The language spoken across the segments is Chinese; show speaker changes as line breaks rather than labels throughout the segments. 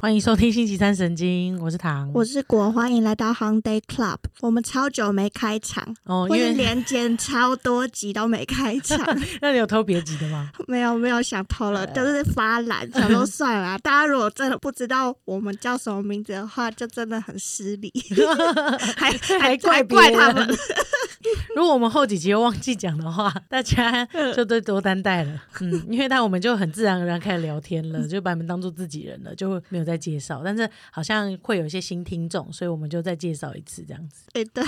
欢迎收听星期三神经，我是唐。
我是果，欢迎来到 h o n d a y Club。我们超久没开场，
哦，
我
因
也
为
连剪超多集都没开场，
那你有偷别集的吗？
没有没有想偷了，就是发懒，想说算了啊、大家如果真的不知道我们叫什么名字的话，就真的很 失礼，还
还
还
怪
怪
别人
怪他们。
如果我们后几集又忘记讲的话，大家就多多担待 了。嗯，因为但我们就很自然而然开始聊天了，就把你们当做自己人了，就没有再介绍。但是好像会有一些新听众，所以我们就再介绍一次这样 子。
对对，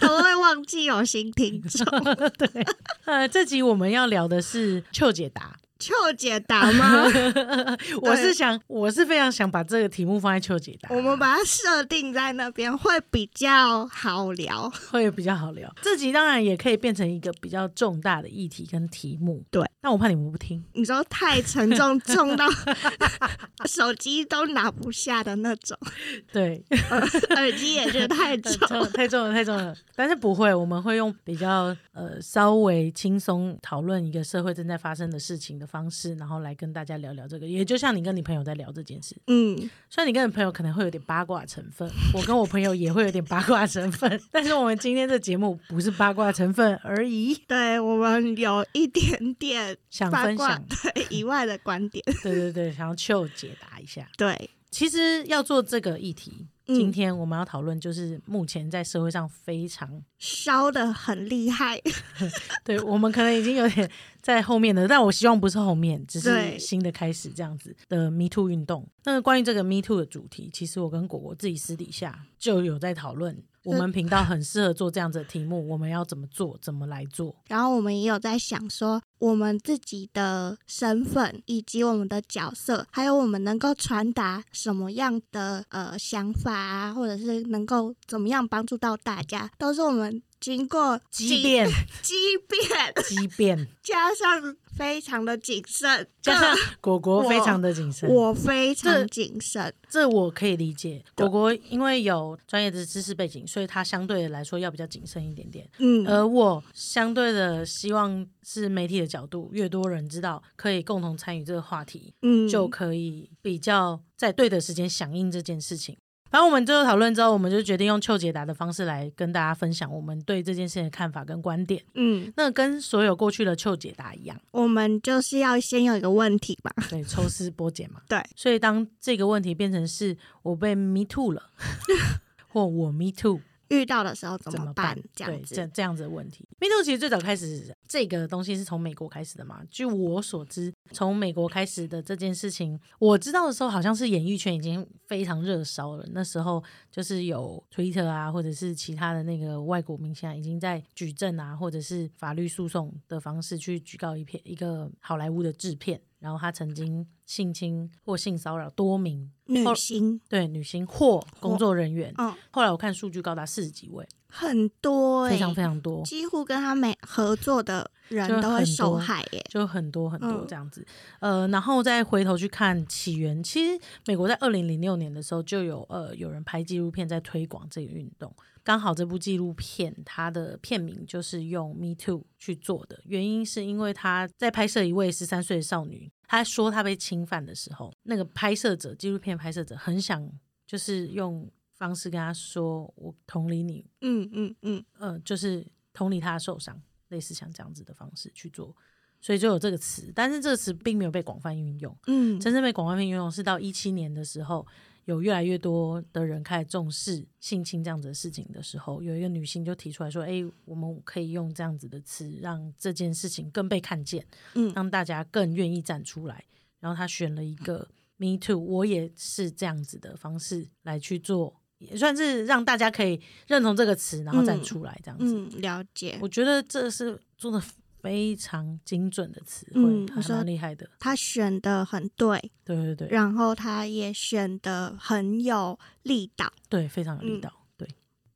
都会忘记有新听众。
呃，这集我们要聊的是邱解答。
秋姐 答吗？
我是想，我是非常想把这个题目放在邱解答，
我们把它设定在那边会比较好聊。
会比较好聊。这集当然也可以变成一个比较重大的议题跟题目。
对，
但我怕你们不 听。
你说太沉重， 重到手机都拿不下的那 种，
对，
耳机也觉得太重。
太重了，太重了，太重了。但是不会，我们会用比较呃稍微轻松讨论一个社会正在发生的事情的方式，然后来跟大家聊聊这个。也就像你跟你朋友在聊这件事，
嗯，
虽然你跟你朋友可能会有点八卦成 分，我跟我朋友也会有点八卦成分，但是我们今天这节目不是八卦成分而 已，
对我们有一点点
想
八
分
卦
享，
对以外的观点。
对对对，想要求解答一下。
对，
其实要做这个议题。
嗯
今天我们要讨论，就是目前在社会上非常
烧的很厉害。
对我们可能已经有点在后面的，但我希望不是后面，只是
对
新的开始这样子的 Me Too 运动。那关于这个 Me Too 的主题，其实我跟果果自己私底下就有在讨论，我
嗯
们频道很适合做这样子的题目，我们要怎么做，怎么来做。
然后我们也有在想说，我们自己的身份以及我们的角色，还有我们能够传达什么样的呃想法啊，或者是能够怎么样帮助到大家，都是我们经过
激变，
激变，
激变，
加上非常的谨慎，
加 上果果
我
非常的谨
这
慎，
我非
这
常谨慎，
这我可以理解。
对
果果因为有专业的知识背景，所以他相对来说要比较谨慎一点点。
嗯，
而我相对的希望是媒体的角度，越多人知道，可以共同参与这个话题，
嗯
就可以比较在对的时间响应这件事情。反正我们最后讨论之后，我们就决定用邱解答的方式来跟大家分享我们对这件事情的看法跟观点。
嗯，
那跟所有过去的邱解答一 样，
我们就是要先有一个问题吧，
对，抽丝剥茧嘛。
对，
所以当这个问题变成是我被 me too 了， 或我 me too，
遇到的时候怎
怎么
么
办
办？？这样
对这
子，哦
这样子的问题。Me Too 其实最早开始这个东西是从美国开始的嘛？据我所知，从美国开始的这件事情，我知道的时候好像是演艺圈已经非常热烧了。那时候就是有 Twitter 啊，或者是其他的那个外国明星啊，已经在举证啊，或者是法律诉讼的方式去举告一片一个好莱坞的制片，然后他曾经性侵或性骚扰多名
女星
对女星或工作人员。
嗯，
后来我看数据高达四十几位，
很多、欸，
非常非常多，
几乎跟他们合作的
就
人都
很
会受
多
害耶、
就很多很多
嗯
这样子。呃，然后再回头去看起源，其实美国在二零零六年的时候就有呃有人拍纪录片在推广这个运动。刚好这部纪录片它的片名就是用 “Me Too” 去做的，原因是因为他在拍摄一位十三岁的少女，她说她被侵犯的时候，那个拍摄者纪录片拍摄者很想就是用方式跟她说：“我同理你，
嗯嗯嗯，
呃，就是同理他的受伤，类似像这样子的方式去做，所以就有这个词，但是这个词并没有被广泛运用。
嗯，
真正被广泛运用是到一七年的时候，有越来越多的人开始重视性侵这样子的事情的时候，有一个女性就提出来说：“诶，我们可以用这样子的词，让这件事情更被看见，
嗯
让大家更愿意站出来。”然后她选了一个 “Me Too”，我也是这样子的方式来去做。也算是让大家可以认同这个词，然后站
嗯
出来这样子。
嗯了解。
我觉得这是做的非常精准的词汇，
嗯
还
你说
蛮厉害的。
他选的很对，
对对对，
然后他也选的很有力道。
对，非常有力
嗯
道。对，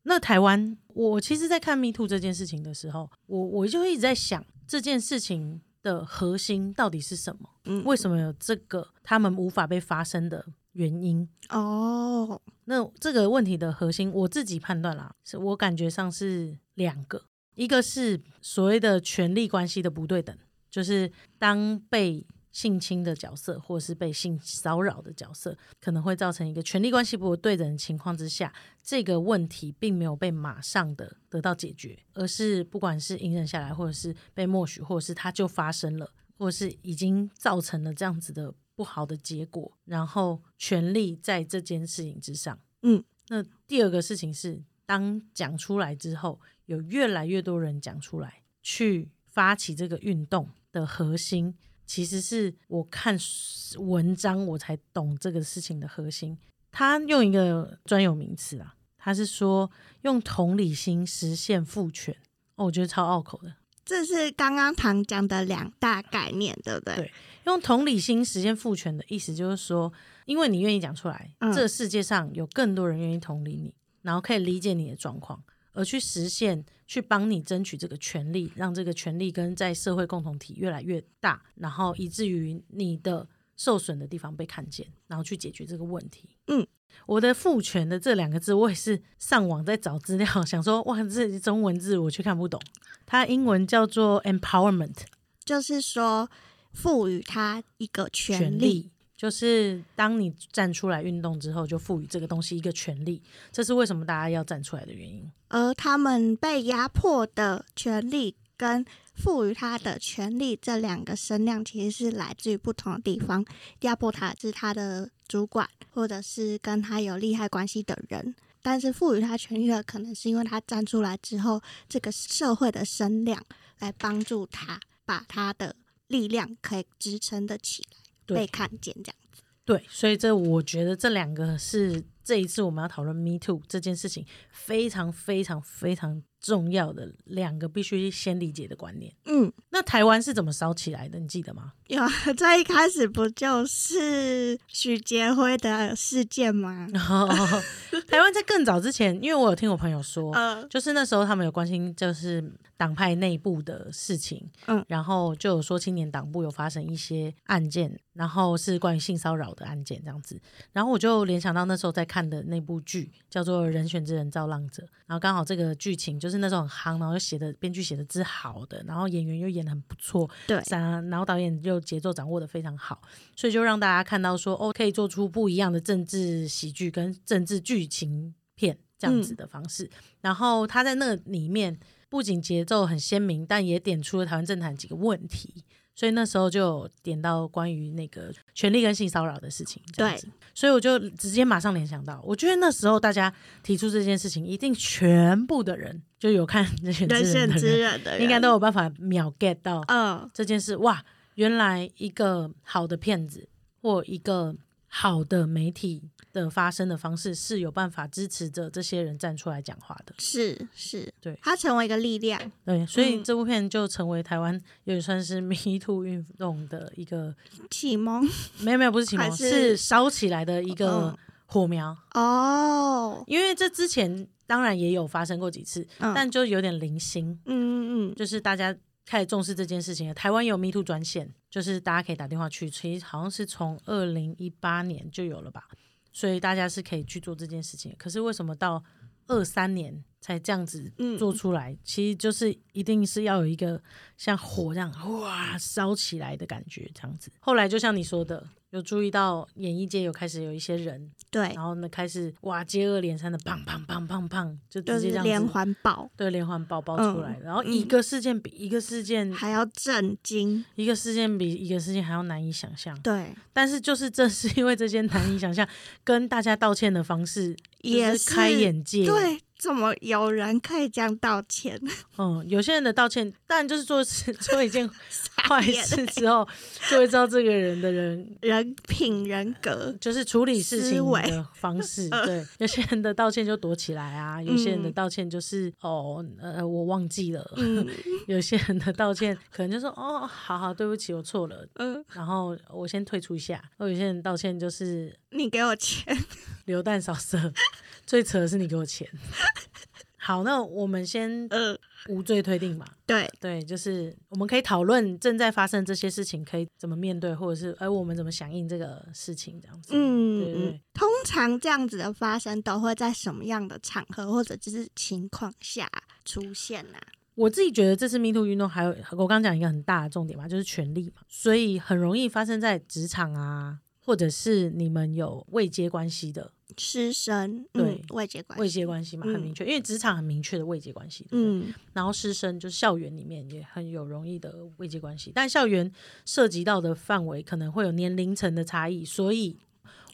那台湾，我其实，在看 Me Too 这件事情的时候，我我就一直在想这件事情的核心到底是什么？
嗯，
为什么有这个他们无法被发生的原因？
哦，
那这个问题的核心，我自己判断啦，是我感觉上是两个，一个是所谓的权力关系的不对等，就是当被性侵的角色，或是被性骚扰的角色，可能会造成一个权力关系不对等的情况之下，这个问题并没有被马上的得到解决，而是不管是隐忍下来，或者是被默许，或者是它就发生了，或者是已经造成了这样子的不好的结果，然后权力在这件事情之上。
嗯，
那第二个事情是，当讲出来之后，有越来越多人讲出来，去发起这个运动的核心，其实是我看文章我才懂这个事情的核心。他用一个专有名词啊，他是说用同理心实现父权。哦，我觉得超拗口的。
这是刚刚唐讲的两大概念，对不对？
对用同理心实现父权的意思就是说，因为你愿意讲出来，
嗯
这世界上有更多人愿意同理你，然后可以理解你的状况，而去实现、去帮你争取这个权利，让这个权利跟在社会共同体越来越大，然后以至于你的受损的地方被看见，然后去解决这个问题。
嗯。
我的“父权”的这两个字，我也是上网在找资料，想说哇，这中文字我却看不懂。它英文叫做 empowerment，
就是说赋予他一个权
权
利。
利，就是当你站出来运动之后，就赋予这个东西一个权利，这是为什么大家要站出来的原因。
而他们被压迫的权利跟赋予他的权利这两个声量，其实是来自于不同的地方。压迫他是他的主管，或者是跟他有利害关系的人。但是赋予他权利的，可能是因为他站出来之后，这个社会的声量来帮助他，把他的力量可以支撑得起来，
对
被看见这样。
对，所以这我觉得这两个是这一次我们要讨论 Me Too 这件事情非常非常非常重要的两个必须先理解的观念。
嗯，
那台湾是怎么烧起来的？你记得吗？
有啊 最一开始不就是许杰辉的事件吗？
台湾在更早之前，因为我有听我朋友说，
呃，
就是那时候他们有关心就是党派内部的事情，
嗯
然后就有说青年党部有发生一些案件，然后是关于性骚扰的案件这样子，然后我就联想到那时候在看的那部剧叫做《人选之人造浪者》，然后刚好这个剧情就是那时候很夯，然后又写的编剧写的之好的，然后演员又演的很不错，
对
啥，然后导演又节奏掌握的非常好，所以就让大家看到说，哦，可以做出不一样的政治喜剧跟政治剧情片这样子
嗯
的方式。然后他在那里面不仅节奏很鲜明，但也点出了台湾政坛几个问题。所以那时候就有点到关于那个权力跟性骚扰的事情，这样子，所以我就直接马上联想到，我觉得那时候大家提出这件事情，一定全部的人就有看 人选之
人
人
选
的
之
人，
人的人，
应该都有办法秒 get 到
嗯
这件事哇，原来一个好的骗子或一个好的媒体的发声的方式是有办法支持着这些人站出来讲话的。
是是，
对
他成为一个力量，
对，所以
嗯
这部片就成为台湾也算是 Me Too 运动的一个，
启蒙
没有没有不是启蒙，
还
是
是
烧起来的一个
嗯
火苗。
哦，
因为这之前当然也有发生过几次，
嗯
但就有点零星，
嗯嗯嗯，
就是大家开始重视这件事情了。台湾有 Me Too 专线，就是大家可以打电话去，其实好像是从二零一八年就有了吧，所以大家是可以去做这件事情。可是为什么到二三年才这样子
嗯
做出来？其实就是一定是要有一个像火这样哇烧起来的感觉，这样子。后来就像你说的。有注意到演艺界有开始有一些人，
对
然，后呢开始哇接二连三的砰砰砰砰砰，就
就
直接
是
这样子
连环爆，
对连环爆爆出来，然后一个事件比一个事件，
嗯还要震惊，
一个事件比一个事件还要难以想象。
对，
但是就是正是因为这些难以想象，跟大家道歉的方式
也
就是开
是
眼界。，
对，怎么有人可以这样道歉？
嗯，有些人的道歉，但就是做事 做 一件 坏
傻眼
事之后，就会知道这个人的人。
人品人 格，
就是处理事
思
情
维
的方式，对， 有些人的道歉就躲起来啊，有些人的
嗯
道歉就是、哦，呃，我忘记了，
嗯
有些人的道歉可能就说哦，好好，对不起，我错了，
嗯，
然后我先退出一下。我有些人道歉就是
你给我钱，
流弹扫射， 最扯的是你给我钱。 好，那我们先
嗯，
无罪推定嘛。
对，
对，就是我们可以讨论正在发生这些事情可以怎么面对，或者是哎、我们怎么响应这个事情这样子。对对
嗯
对
嗯，通常这样子的发生都会在什么样的场合或者就是情况下出现呢、啊
我自己觉得这次 Me Too 运动还有我刚刚讲一个很大的重点嘛，就是权力嘛，所以很容易发生在职场啊，或者是你们有未接关系的
师生
对
嗯、外界关系，
未接关系嘛，
嗯
很明确，因为职场很明确的未接关系，对不对？
嗯
然后师生就是校园里面也很有容易的位阶关系，但校园涉及到的范围可能会有年龄层的差异，所以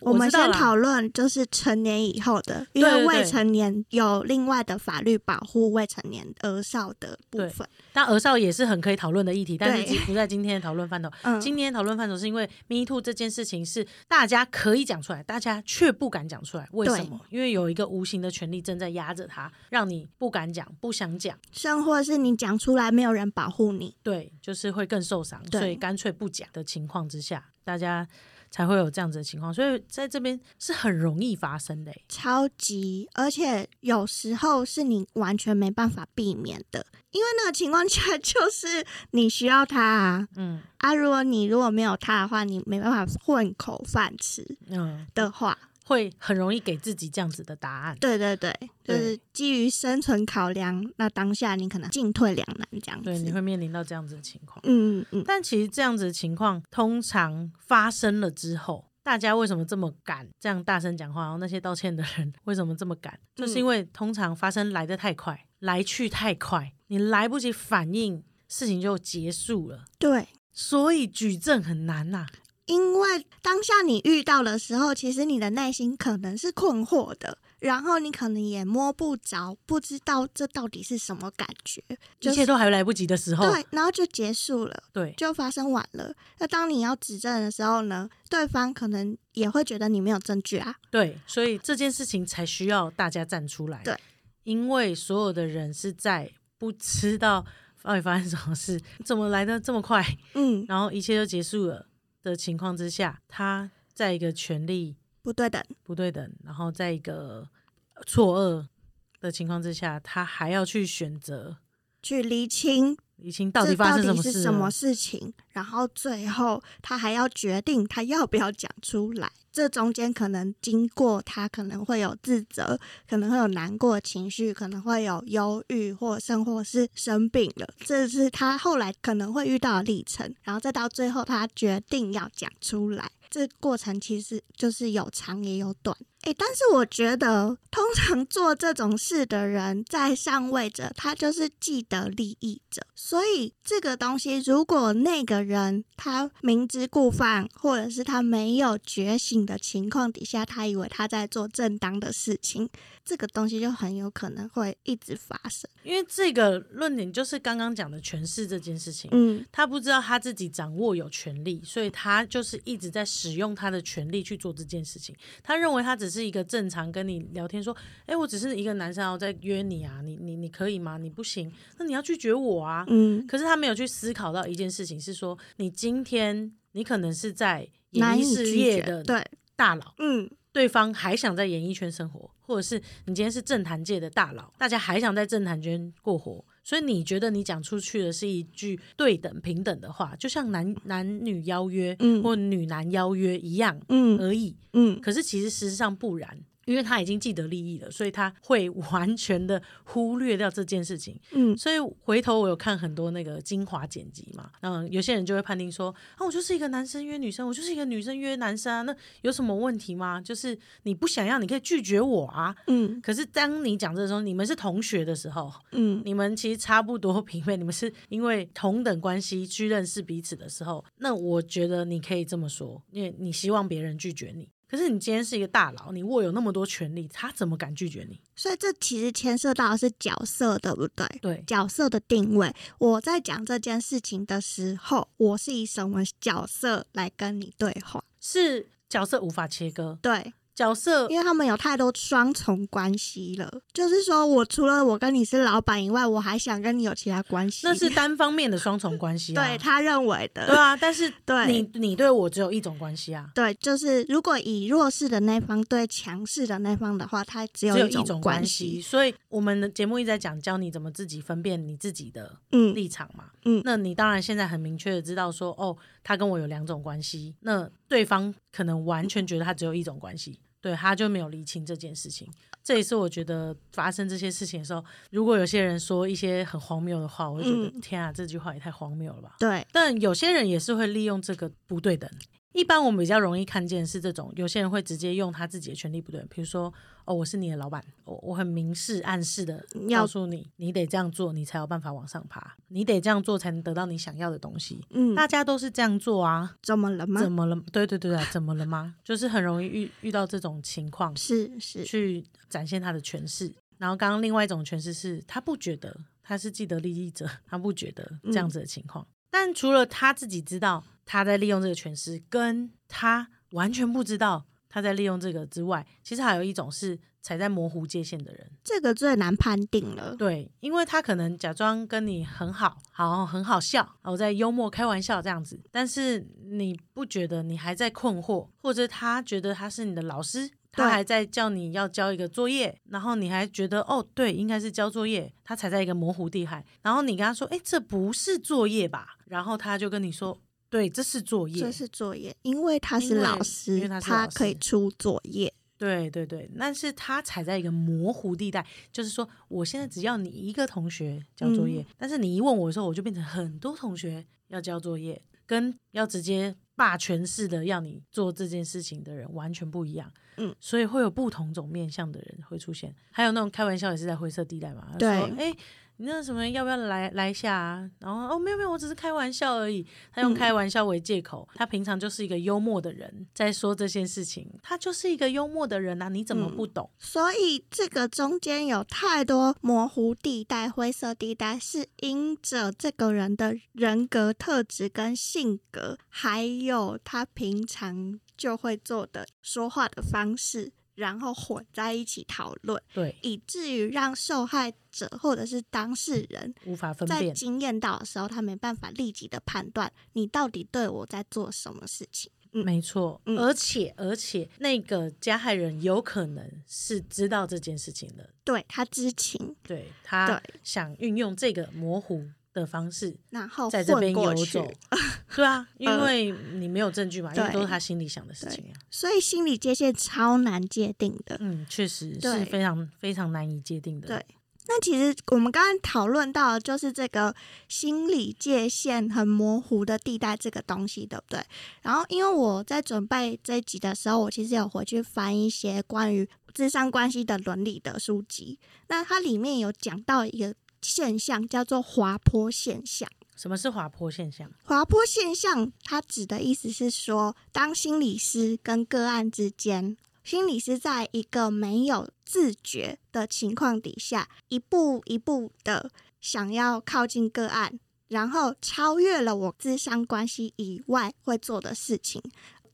我们
知道
先
啦
讨论就是成年以后的，因
对
为
对
未
对
成年有另外的法律保护未成年儿少的部
对
分。
但儿少也是很可以讨论的议题，但是
对
今不在今天的讨论范畴。
嗯，
今天的讨论范畴是因为 Me Too 这件事情是大家可以讲出来，大家却不敢讲出来，为
对
什么？因为有一个无形的权利正在压着他，让你不敢讲、不想讲，
甚或是你讲出来，没有人保护你。
对，就是会更受伤，
对
所以干脆不讲的情况之下，大家才会有这样子的情况，所以在这边是很容易发生的、欸
超级，而且有时候是你完全没办法避免的，因为那个情况下 就是你需要它啊。
嗯
啊，如果你如果没有它的话，你没办法混口饭吃
嗯，
的话，
会很容易给自己这样子的答案。
对对对，就是基于生存考量，那当下你可能进退两难这样
对，你
子。
会面临到这样子的情况。
嗯嗯，
但其实这样子的情况通常发生了之后，大家为什么这么敢这样大声讲话？然后那些道歉的人为什么这么敢？就是因为通常发生来得太快，来去太快，你来不及反应，事情就结束了。
对，
所以举证很难呐、
因为当下你遇到的时候，其实你的内心可能是困惑的，然后你可能也摸不着，不知道这到底是什么感觉，就
一切
是
都还来不及的时候，
对，然后就结束了，
对
就发生完了。那当你要指证的时候呢，对方可能也会觉得你没有证据啊，
对，所以这件事情才需要大家站出来。
对，
因为所有的人是在不知道到底呃发生什么事，怎么来的这么快，
嗯，
然后一切就结束了的情况之下，他在一个权力
不对等，
不对等，然后在一个错愕的情况之下，他还要去选择
去厘清
已经到
这
底发
到
生什
底
么
是
事了
什么事情，然后最后他还要决定他要不要讲出来。这中间可能经过他可能会有自责，可能会有难过情绪，可能会有忧郁，或甚或是生病了，这是他后来可能会遇到的历程。然后再到最后，他决定要讲出来，这过程其实就是有长也有短。诶，但是我觉得，通常做这种事的人，在上位者，他就是既得利益者。所以，这个东西，如果那个人他明知故犯，或者是他没有觉醒的情况底下，他以为他在做正当的事情，这个东西就很有可能会一直发生。
因为这个论点就是刚刚讲的诠释这件事情。
嗯，
他不知道他自己掌握有权利，所以他就是一直在使用他的权利去做这件事情。他认为他只是一个正常跟你聊天说，哎，我只是一个男生，然后在约你啊，你你你可以吗？你不行，那你要拒绝我啊。
嗯，
可是他没有去思考到一件事情，是说你今天你可能是在演
难
艺
以
事
拒
业
绝。
的
对，
大佬，
嗯，
对方还想在演艺圈生活，或者是你今天是政坛界的大佬，大家还想在政坛圈过活，所以你觉得你讲出去的是一句对等平等的话，就像男男女邀约，
嗯
或女男邀约一样
嗯，
而已。
嗯，
可是其实事实上不然，因为他已经既得利益了，所以他会完全的忽略掉这件事情。
嗯，
所以回头我有看很多那个精华剪辑嘛，嗯，有些人就会判定说，啊，我就是一个男生约女生，我就是一个女生约男生啊，那有什么问题吗？就是你不想要，你可以拒绝我啊。
嗯，
可是当你讲这时候，你们是同学的时候，
嗯，
你们其实差不多匹配，你们是因为同等关系去认识彼此的时候，那我觉得你可以这么说，因为你希望别人拒绝你。可是你今天是一个大佬，你握有那么多权利，他怎么敢拒绝你？
所以这其实牵涉到的是角色，对不对？
对，
角色的定位。我在讲这件事情的时候，我是以什么角色来跟你对话？
是角色无法切割，
对，
角色
因为他们有太多双重关系了。就是说我除了我跟你是老板以外，我还想跟你有其他关系。
那是单方面的双重关系、啊，
对他认为 的。
对啊，但是
对
你你对我只有一种关系啊，
对，就是如果以弱势的那方对强势的那方的话，他只
只有
有
一种
种
关系，
系。
所以我们的节目一直在讲教你怎么自己分辨你自己的
嗯
立场嘛。
嗯
那你当然现在很明确的知道说，哦，他跟我有两种关系，那对方可能完全觉得他只有一种关系，对，他就没有厘清这件事情，这也是我觉得发生这些事情的时候，如果有些人说一些很荒谬的话，我就觉得、
嗯
天啊，这句话也太荒谬了吧。
对，
但有些人也是会利用这个不对等。一般我们比较容易看见是这种，有些人会直接用他自己的权利不对等，比如说哦，我是你的老板，我我很明示暗示的
要
告诉你，你得这样做，你才有办法往上爬，你得这样做才能得到你想要的东西。
嗯，
大家都是这样做啊，
怎么了吗
怎？么了？对对对啊，怎么了吗？就是很容易遇遇到这种情况，
是是，
去展现他的权势。然后刚刚另外一种诠释是，他不觉得他是既得利益者，他不觉得这样子的情况。但除了他自己知道他在利用这个权势，跟他完全不知道他在利用这个之外，其实还有一种是踩在模糊界限的人。
这个最难判定了。
对，因为他可能假装跟你很好，好很好笑，我在幽默开玩笑这样子，但是你不觉得你还在困惑，或者他觉得他是你的老师，他
对
还在叫你要交一个作业，然后你还觉得哦，对，应该是交作业，他踩在一个模糊地带，然后你跟他说，哎，这不是作业吧？然后他就跟你说，对，这是作业，
这是作业，因为他
因
是
为
老
因
师
为，他是老
他
师
可以出作业。
对对对，但是他踩在一个模糊地带，就是说，我现在只要你一个同学交作
嗯
业，但是你一问我的时候，我就变成很多同学要交作业，跟要直接霸权式的要你做这件事情的人完全不一样。
嗯，
所以会有不同种面向的人会出现，还有那种开玩笑也是在灰色地带嘛，
对
哎。诶你那什么要不要来来一下啊？然后哦，没有没有，我只是开玩笑而已。他用
嗯
开玩笑为借口，他平常就是一个幽默的人，在说这些事情，他就是一个幽默的人啊，你怎么
嗯
不懂？
所以这个中间有太多模糊地带、灰色地带，是因着这个人的人格特质跟性格，还有他平常就会做的说话的方式，然后混在一起讨论，
对，
以至于让受害者或者是当事人
无法分
在
辨。
经验到的时候，他没办法立即的判断你到底对我在做什么事情。嗯
没错，
嗯
而且而且那个加害人有可能是知道这件事情的，
对他知情，
对他想运用这个模糊的方式
然后
在这
混
边
过
游
去
走， 对啊，因
嗯
为你没有证据嘛，因为
对
都是他心里想的事情啊。
所以心理界限超难界定的。
嗯，确实是
对
非常非常难以界定的。
对那其实我们刚刚讨论到，就是这个心理界限很模糊的地带这个东西，对不对？然后，因为我在准备这一集的时候，我其实有回去翻一些关于智商关系的伦理的书籍，那它里面有讲到一个现象，叫做滑坡现象。
什么是滑坡现象？
滑坡现象，它指的意思是说，当心理师跟个案之间，心理师在一个没有自觉的情况底下，一步一步的想要靠近个案，然后超越了我智商关系以外会做的事情。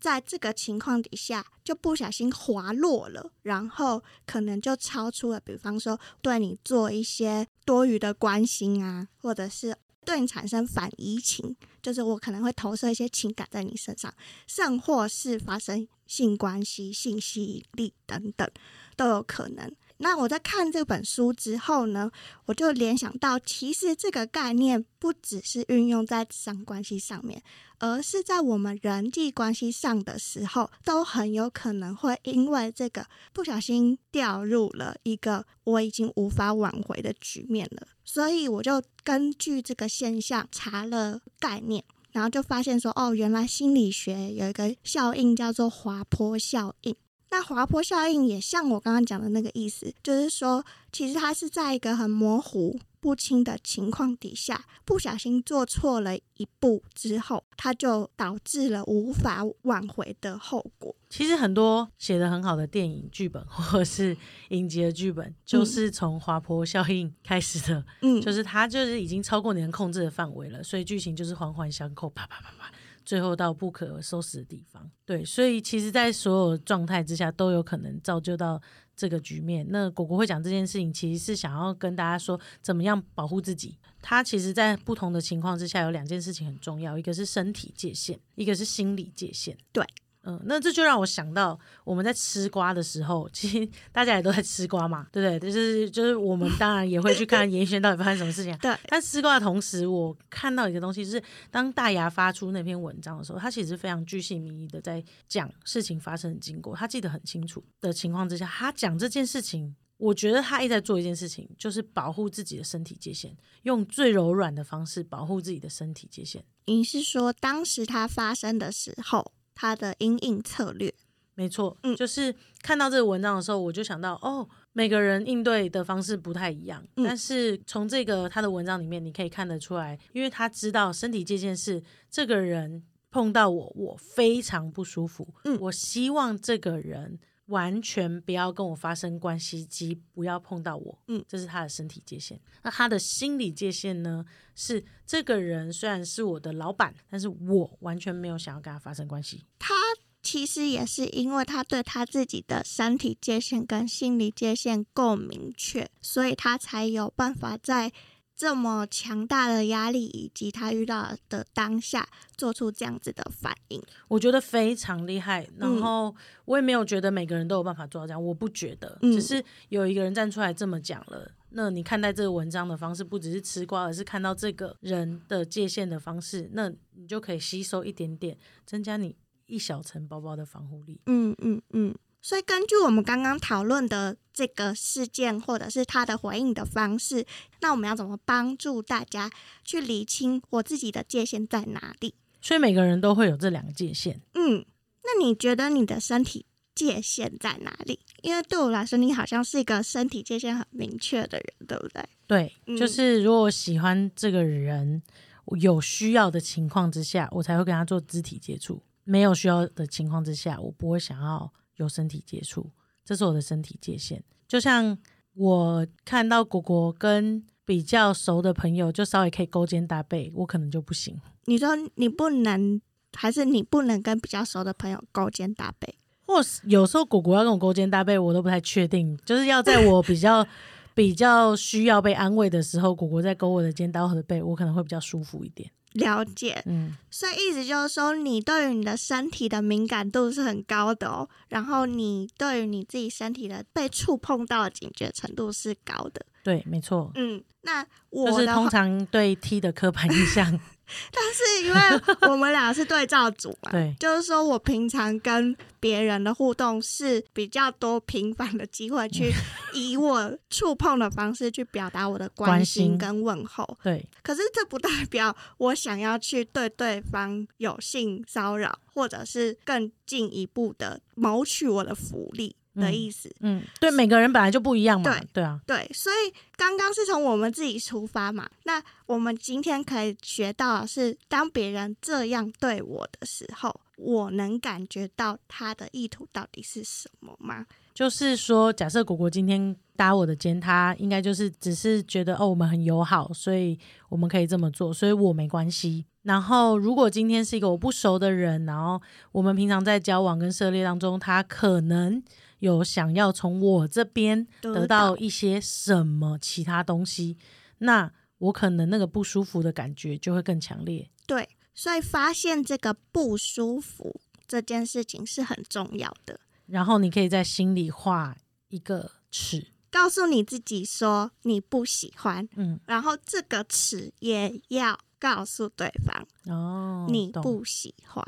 在这个情况底下，就不小心滑落了，然后可能就超出了，比方说对你做一些多余的关心啊，或者是对你产生反移情，就是我可能会投射一些情感在你身上，甚或是发生性关系、性吸引力等等都有可能。那我在看这本书之后呢，我就联想到，其实这个概念不只是运用在职场关系上面，而是在我们人际关系上的时候，都很有可能会因为这个不小心掉入了一个我已经无法挽回的局面了。所以我就根据这个现象查了概念，然后就发现说，哦，原来心理学有一个效应叫做滑坡效应。那滑坡效应也像我刚刚讲的那个意思，就是说，其实它是在一个很模糊不清的情况底下，不小心做错了一步之后，它就导致了无法挽回的后果。
其实很多写的很好的电影剧本或者是影集的剧本，就是从滑坡效应开始的，
嗯，
就是它就是已经超过你能控制的范围了，所以剧情就是环环相扣，啪啪啪啪，最后到不可收拾的地方。对，所以其实，在所有状态之下，都有可能造就到这个局面。那果果会讲这件事情，其实是想要跟大家说，怎么样保护自己。它其实，在不同的情况之下，有两件事情很重要，一个是身体界限，一个是心理界限。
对。
嗯，那这就让我想到我们在吃瓜的时候，其实大家也都在吃瓜嘛，对不对？就是就是我们当然也会去看演艺圈到底发生什么事情、啊。
对，
但吃瓜的同时，我看到一个东西，就是当大牙发出那篇文章的时候，他其实非常具细民意的在讲事情发生的经过，他记得很清楚的情况之下，他讲这件事情我觉得他一直在做一件事情，就是保护自己的身体界限，用最柔软的方式保护自己的身体界限。
你是说当时它发生的时候，它的阴影策略？
没错，
嗯
就是看到这个文章的时候，我就想到哦，每个人应对的方式不太一样，
嗯
但是从这个他的文章里面，你可以看得出来，因为他知道身体界限是这个人碰到我，我非常不舒服，
嗯
我希望这个人完全不要跟我发生关系及不要碰到我，
嗯
这是他的身体界限。那他的心理界限呢？是这个人虽然是我的老板，但是我完全没有想要跟他发生关系。
他其实也是因为他对他自己的身体界限跟心理界限够明确，所以他才有办法在这么强大的压力以及他遇到的当下做出这样子的反应。
我觉得非常厉害，然
嗯
后我也没有觉得每个人都有办法做到这样，我不觉得，
嗯
只是有一个人站出来这么讲了。那你看待这个文章的方式，不只是吃瓜，而是看到这个人的界限的方式，那你就可以吸收一点点，增加你一小层薄薄的防护力。
嗯嗯嗯。所以根据我们刚刚讨论的这个事件，或者是他的回应的方式，那我们要怎么帮助大家去理清我自己的界限在哪里？
所以每个人都会有这两个界限。
嗯，那你觉得你的身体界限在哪里？因为对我来说，你好像是一个身体界限很明确的人，对不对？
对，
嗯
就是如果喜欢这个人，我有需要的情况之下，我才会跟他做肢体接触；没有需要的情况之下，我不会想要有身体接触。这是我的身体界限。就像我看到果果跟比较熟的朋友，就稍微可以勾肩搭背，我可能就不行。
你说你不能，还是你不能跟比较熟的朋友勾肩搭背？
或是有时候果果要跟我勾肩搭背，我都不太确定，就是要在我比较比较需要被安慰的时候，果果在勾我的肩搭我的背，我可能会比较舒服一点。
了解，
嗯。
所以意思就是说，你对于你的身体的敏感度是很高的哦，然后你对于你自己身体的被触碰到的警觉程度是高的。
对，没错，
嗯，那我
就是
的话
通常对 T 的刻板印 象，
但是因为我们俩是对照组嘛，
对
就是说我平常跟别人的互动是比较多频繁的机会 去以我触碰的方式去表达我的关
关
心
心
跟问候，
对
可是这不代表我想要去对对方有性骚扰，或者是更进一步的谋取我的福利的意思。
嗯，对，每个人本来就不一样嘛
对，
对啊，
对，所以刚刚是从我们自己出发嘛。那我们今天可以学到的是，当别人这样对我的时候，我能感觉到他的意图到底是什么吗？
就是说，假设果果今天搭我的肩，他应该就是只是觉得哦，我们很友好，所以我们可以这么做，所以我没关系。然后，如果今天是一个我不熟的人，然后我们平常在交往跟涉猎当中，他可能有想要从我这边得到一些什么其他东西，那我可能那个不舒服的感觉就会更强烈。
对，所以发现这个不舒服这件事情是很重要的。
然后你可以在心里画一个尺，
告诉你自己说你不喜欢，
嗯，
然后这个词也要告诉对方。
哦，
你
懂，
不喜欢，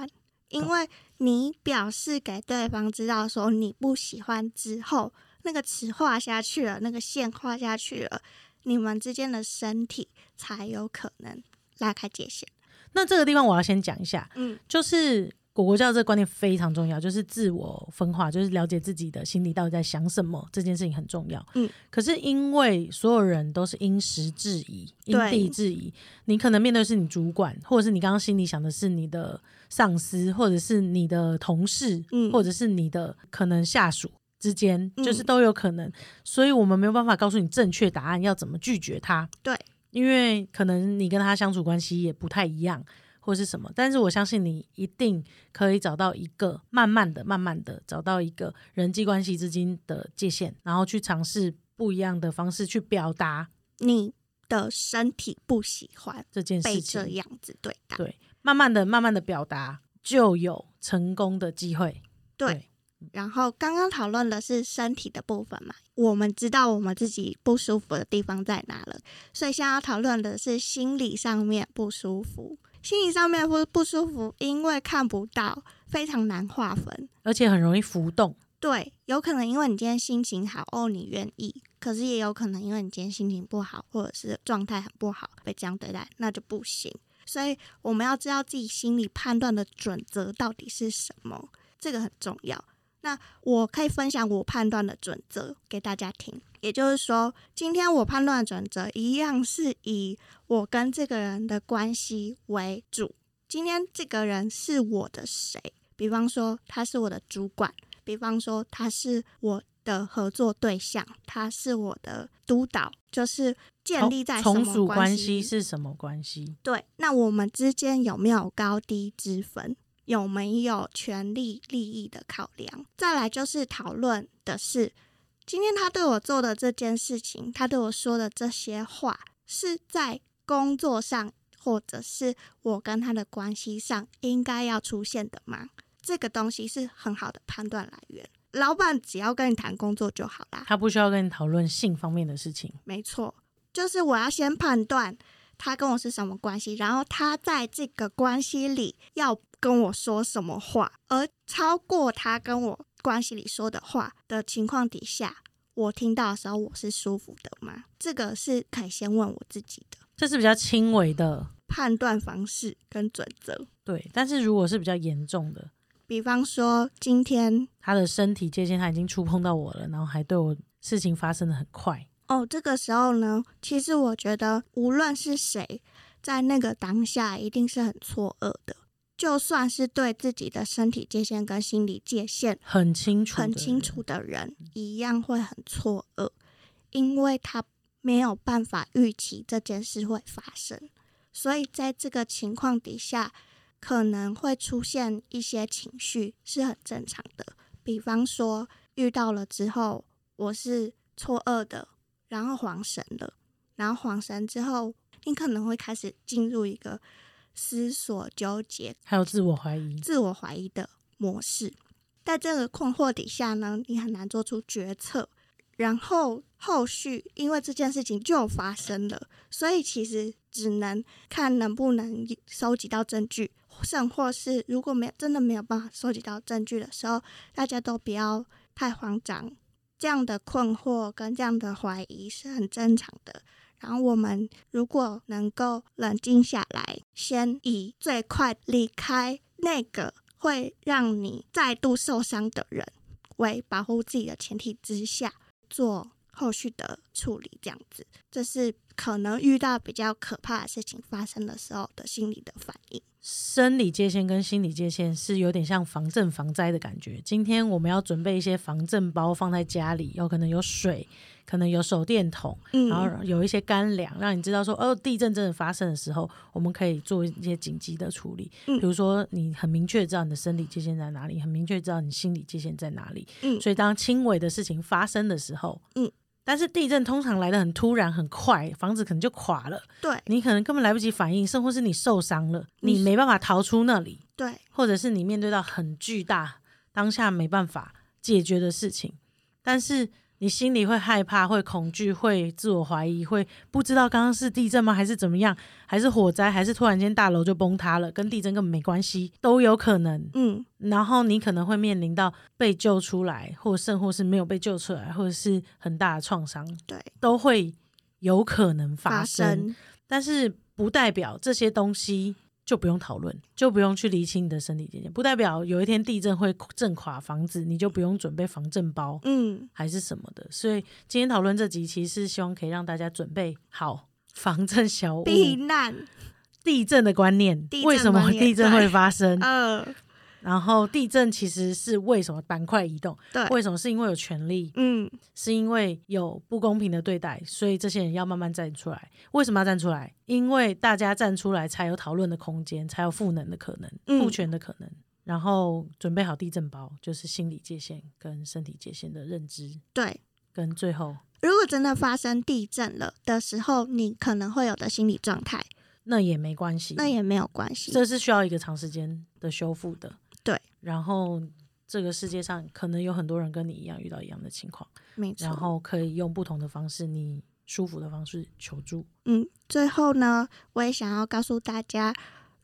因
懂
为你表示给对方知道说你不喜欢之后，那个词画下去了，那个线画下去了，你们之间的身体才有可能拉开界限。
那这个地方我要先讲一下，
嗯
就是果果教这个观念非常重要，就是自我分化，就是了解自己的心里到底在想什么，这件事情很重要。
嗯，
可是因为所有人都是因时制宜、因
对
地制宜，你可能面对的是你主管，或者是你刚刚心里想的是你的上司，或者是你的同事，
嗯
或者是你的可能下属。之间
嗯
就是都有可能，所以我们没有办法告诉你正确答案要怎么拒绝他。
对，
因为可能你跟他相处关系也不太一样，或是什么，但是我相信你一定可以找到一个慢慢的、慢慢的找到一个人际关系之间的界限，然后去尝试不一样的方式去表达
你的身体不喜欢
这件
被
事
这
情。
样子对待，
对慢慢的、慢慢的表达，就有成功的机会。
对
对
然后刚刚讨论的是身体的部分嘛，我们知道我们自己不舒服的地方在哪了，所以现在要讨论的是心理上面不舒服。心理上面不不舒服，因为看不到，非常难划分。
而且很容易浮动。
对，有可能因为你今天心情好哦，你愿意，可是也有可能因为你今天心情不好，或者是状态很不好，被这样对待，那就不行。所以我们要知道自己心理判断的准则到底是什么，这个很重要。那我可以分享我判断的准则给大家听，也就是说，今天我判断的准则一样是以我跟这个人的关系为主。今天这个人是我的谁？比方说他是我的主管，比方说他是我的合作对象，他是我的督导，就是建立在什
从
么
属
关
关
系
系是什么关系？
对，那我们之间有没有高低之分？有没有权利利益的考量？再来就是讨论的是，今天他对我做的这件事情，他对我说的这些话，是在工作上或者是我跟他的关系上应该要出现的吗？这个东西是很好的判断来源。老板只要跟你谈工作就好啦，
他不需要跟你讨论性方面的事情。
没错，就是我要先判断他跟我是什么关系，然后他在这个关系里要跟我说什么话，而超过他跟我关系里说的话的情况底下，我听到的时候我是舒服的吗？这个是可以先问我自己的
这是比较轻微的，
判断方式跟准则。
对。但是如果是比较严重的，
比方说，今天
他的身体界限他已经触碰到我了，然后还对我事情发生的很快，
哦，这个时候呢，其实我觉得无论是谁，在那个当下一定是很错愕的，就算是对自己的身体界限跟心理界限
很清楚，
很清楚。的人，嗯一样会很错愕，因为他没有办法预期这件事会发生，所以在这个情况底下，可能会出现一些情绪是很正常的。比方说，遇到了之后，我是错愕的，然后恍神了，然后恍神之后，你可能会开始进入一个思索、纠结、
还有自我怀疑，
自我怀疑的模式。在这个困惑底下呢，你很难做出决策。然后后续因为这件事情就发生了，所以其实只能看能不能收集到证据，甚或是如果没有真的没有办法收集到证据的时候，大家都不要太慌张。这样的困惑跟这样的怀疑是很正常的。然后我们如果能够冷静下来，先以最快离开那个会让你再度受伤的人为保护自己的前提之下，做后续的处理，这样子，这是可能遇到比较可怕的事情发生的时候的心理的反应。
生理界限跟心理界限是有点像防震防灾的感觉。今天我们要准备一些防震包放在家里，有可能有水，可能有手电筒，然
嗯，
后有一些干粮，让你知道说，哦，地震真的发生的时候，我们可以做一些紧急的处理。
嗯
比如说，你很明确知道你的生理界限在哪里，很明确知道你心理界限在哪里。
嗯
所以当轻微的事情发生的时候，
嗯，
但是地震通常来的很突然、很快，房子可能就垮了，
对
你可能根本来不及反应，甚或是你受伤了，
你
你
是
没办法逃出那里，
对，
或者是你面对到很巨大当下没办法解决的事情，但是你心里会害怕、会恐惧、会自我怀疑、会不知道刚刚是地震吗？还是怎么样？还是火灾？还是突然间大楼就崩塌了？跟地震根本没关系，都有可能。
嗯
然后你可能会面临到被救出来，或甚或是没有被救出来，或者是很大的创伤，
对，
都会有可能
发
发生。但是不代表这些东西就不用讨论，就不用去厘清你的身体界限，不代表有一天地震会震垮房子，你就不用准备防震包
嗯，
还是什么的。所以今天讨论这集，其实是希望可以让大家准备好防震小物、
避难，
地震的观念
地，震
为什么
观念
地震
对
会发生？
呃，
然后地震其实是为什么板块移动？
对，
为什么是因为有权利？
嗯
是因为有不公平的对待，所以这些人要慢慢站出来。为什么要站出来？因为大家站出来才有讨论的空间，才有赋能的可能，
嗯
赋权的可能。然后准备好地震包，就是心理界限跟身体界限的认知，
对，
跟最后
如果真的发生地震了的时候，你可能会有的心理状态，
那也没关系，
那也没有关系。
这是需要一个长时间的修复的。
对，
然后这个世界上可能有很多人跟你一样遇到一样的情况，
没错。
然后可以用不同的方式，你舒服的方式求助。
嗯，最后呢，我也想要告诉大家，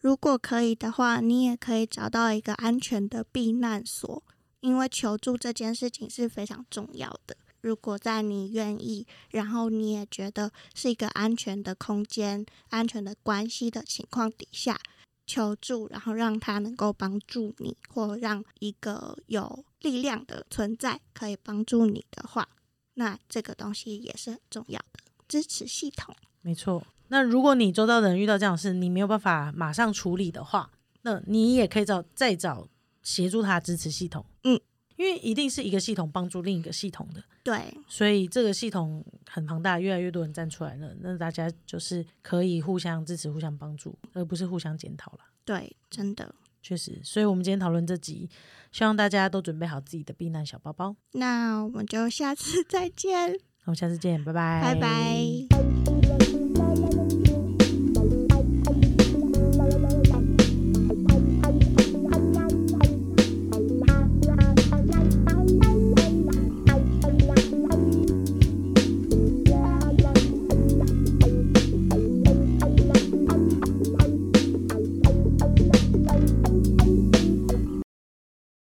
如果可以的话，你也可以找到一个安全的避难所，因为求助这件事情是非常重要的。如果在你愿意，然后你也觉得是一个安全的空间、安全的关系的情况底下求助，然后让他能够帮助你，或让一个有力量的存在可以帮助你的话，那这个东西也是很重要的支持系统。
没错。那如果你周遭的人遇到这样的事，你没有办法马上处理的话，那你也可以找再找协助他的支持系统。
嗯，
因为一定是一个系统帮助另一个系统的，
对，
所以这个系统很庞大，越来越多人站出来了，那大家就是可以互相支持、互相帮助，而不是互相检讨了。
对，真的。
确实，所以我们今天讨论这集，希望大家都准备好自己的避难小包包。
那我们就下次再见，
那我们下次见，拜拜，
拜拜